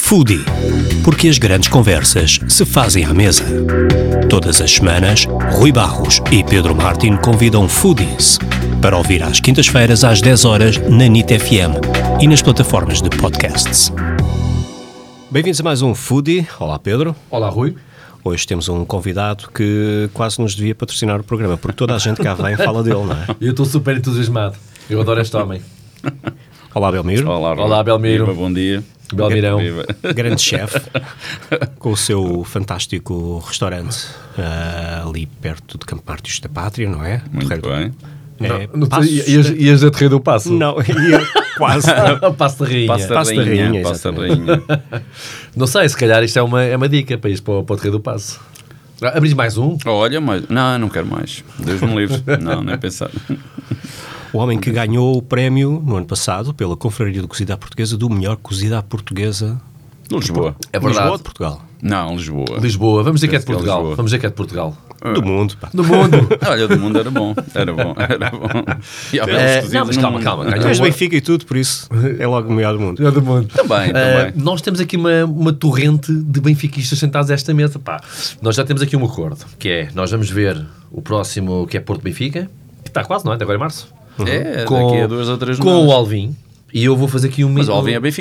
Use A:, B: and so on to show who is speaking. A: Foodie, porque as grandes conversas se fazem à mesa. Todas as semanas, Rui Barros e Pedro Martin convidam foodies para ouvir às quintas-feiras às 10 horas na NIT FM e nas plataformas de podcasts. Bem-vindos a mais um Foodie. Olá, Pedro.
B: Olá, Rui.
A: Hoje temos um convidado que quase nos devia patrocinar o programa, porque toda a gente cá vem fala dele, não é?
B: Eu estou super entusiasmado. Eu adoro este homem.
A: Olá, Belmiro.
C: Olá, Rui.
B: Olá, Belmiro.
C: Viva, bom dia.
B: Belmirão.
C: Viva.
A: grande chefe, com o seu fantástico restaurante ah, ali perto de Campários da Pátria, não é?
C: Muito
A: Terreiro-
C: bem.
A: É,
B: Não, não sei,
A: Passos-
B: ias, ias a terreiro do passo?
A: Não, ia quase.
B: Passo de rainha.
C: Passa
A: Passo da rainha,
C: passa da
A: exatamente.
C: rainha.
B: Não sei, se calhar isto é uma, é uma dica para ir para, o- para o terreiro do passo. Ah, Abris mais um?
C: Oh, Olha, mas. Não, não quero mais. Deus me livre. Não, nem pensar.
A: O homem que ganhou o prémio no ano passado pela Confraria de Cozida à Portuguesa do melhor cozida à portuguesa
C: Lisboa.
B: É
A: de Lisboa ou
B: verdade.
A: de Portugal.
C: Não, Lisboa.
B: Lisboa. Vamos dizer que é de
C: Penso que é
B: Portugal.
C: Lisboa.
B: Vamos dizer que é de Portugal.
C: Ah.
A: Do mundo, pá.
B: Do mundo.
C: Olha, do mundo era bom. Era bom, era bom. E há belas
B: É,
C: cozidas
B: não, mas
C: no
B: calma,
C: mundo.
B: calma, calma.
A: Tu és de Benfica e tudo, por isso é logo o melhor do mundo.
B: É do mundo.
C: Também,
B: Ah,
C: também.
B: nós temos aqui uma, uma torrente de benfiquistas sentados a esta mesa. Pá, nós já temos aqui um acordo, que é, nós vamos ver o próximo, que é Porto Benfica, que está quase, não é? Até agora é março.
C: É,
B: com,
C: daqui a duas ou três
B: com o
C: semanas.
B: Alvin e eu vou fazer aqui um
C: Mas
B: mini-
C: o Alvin é bem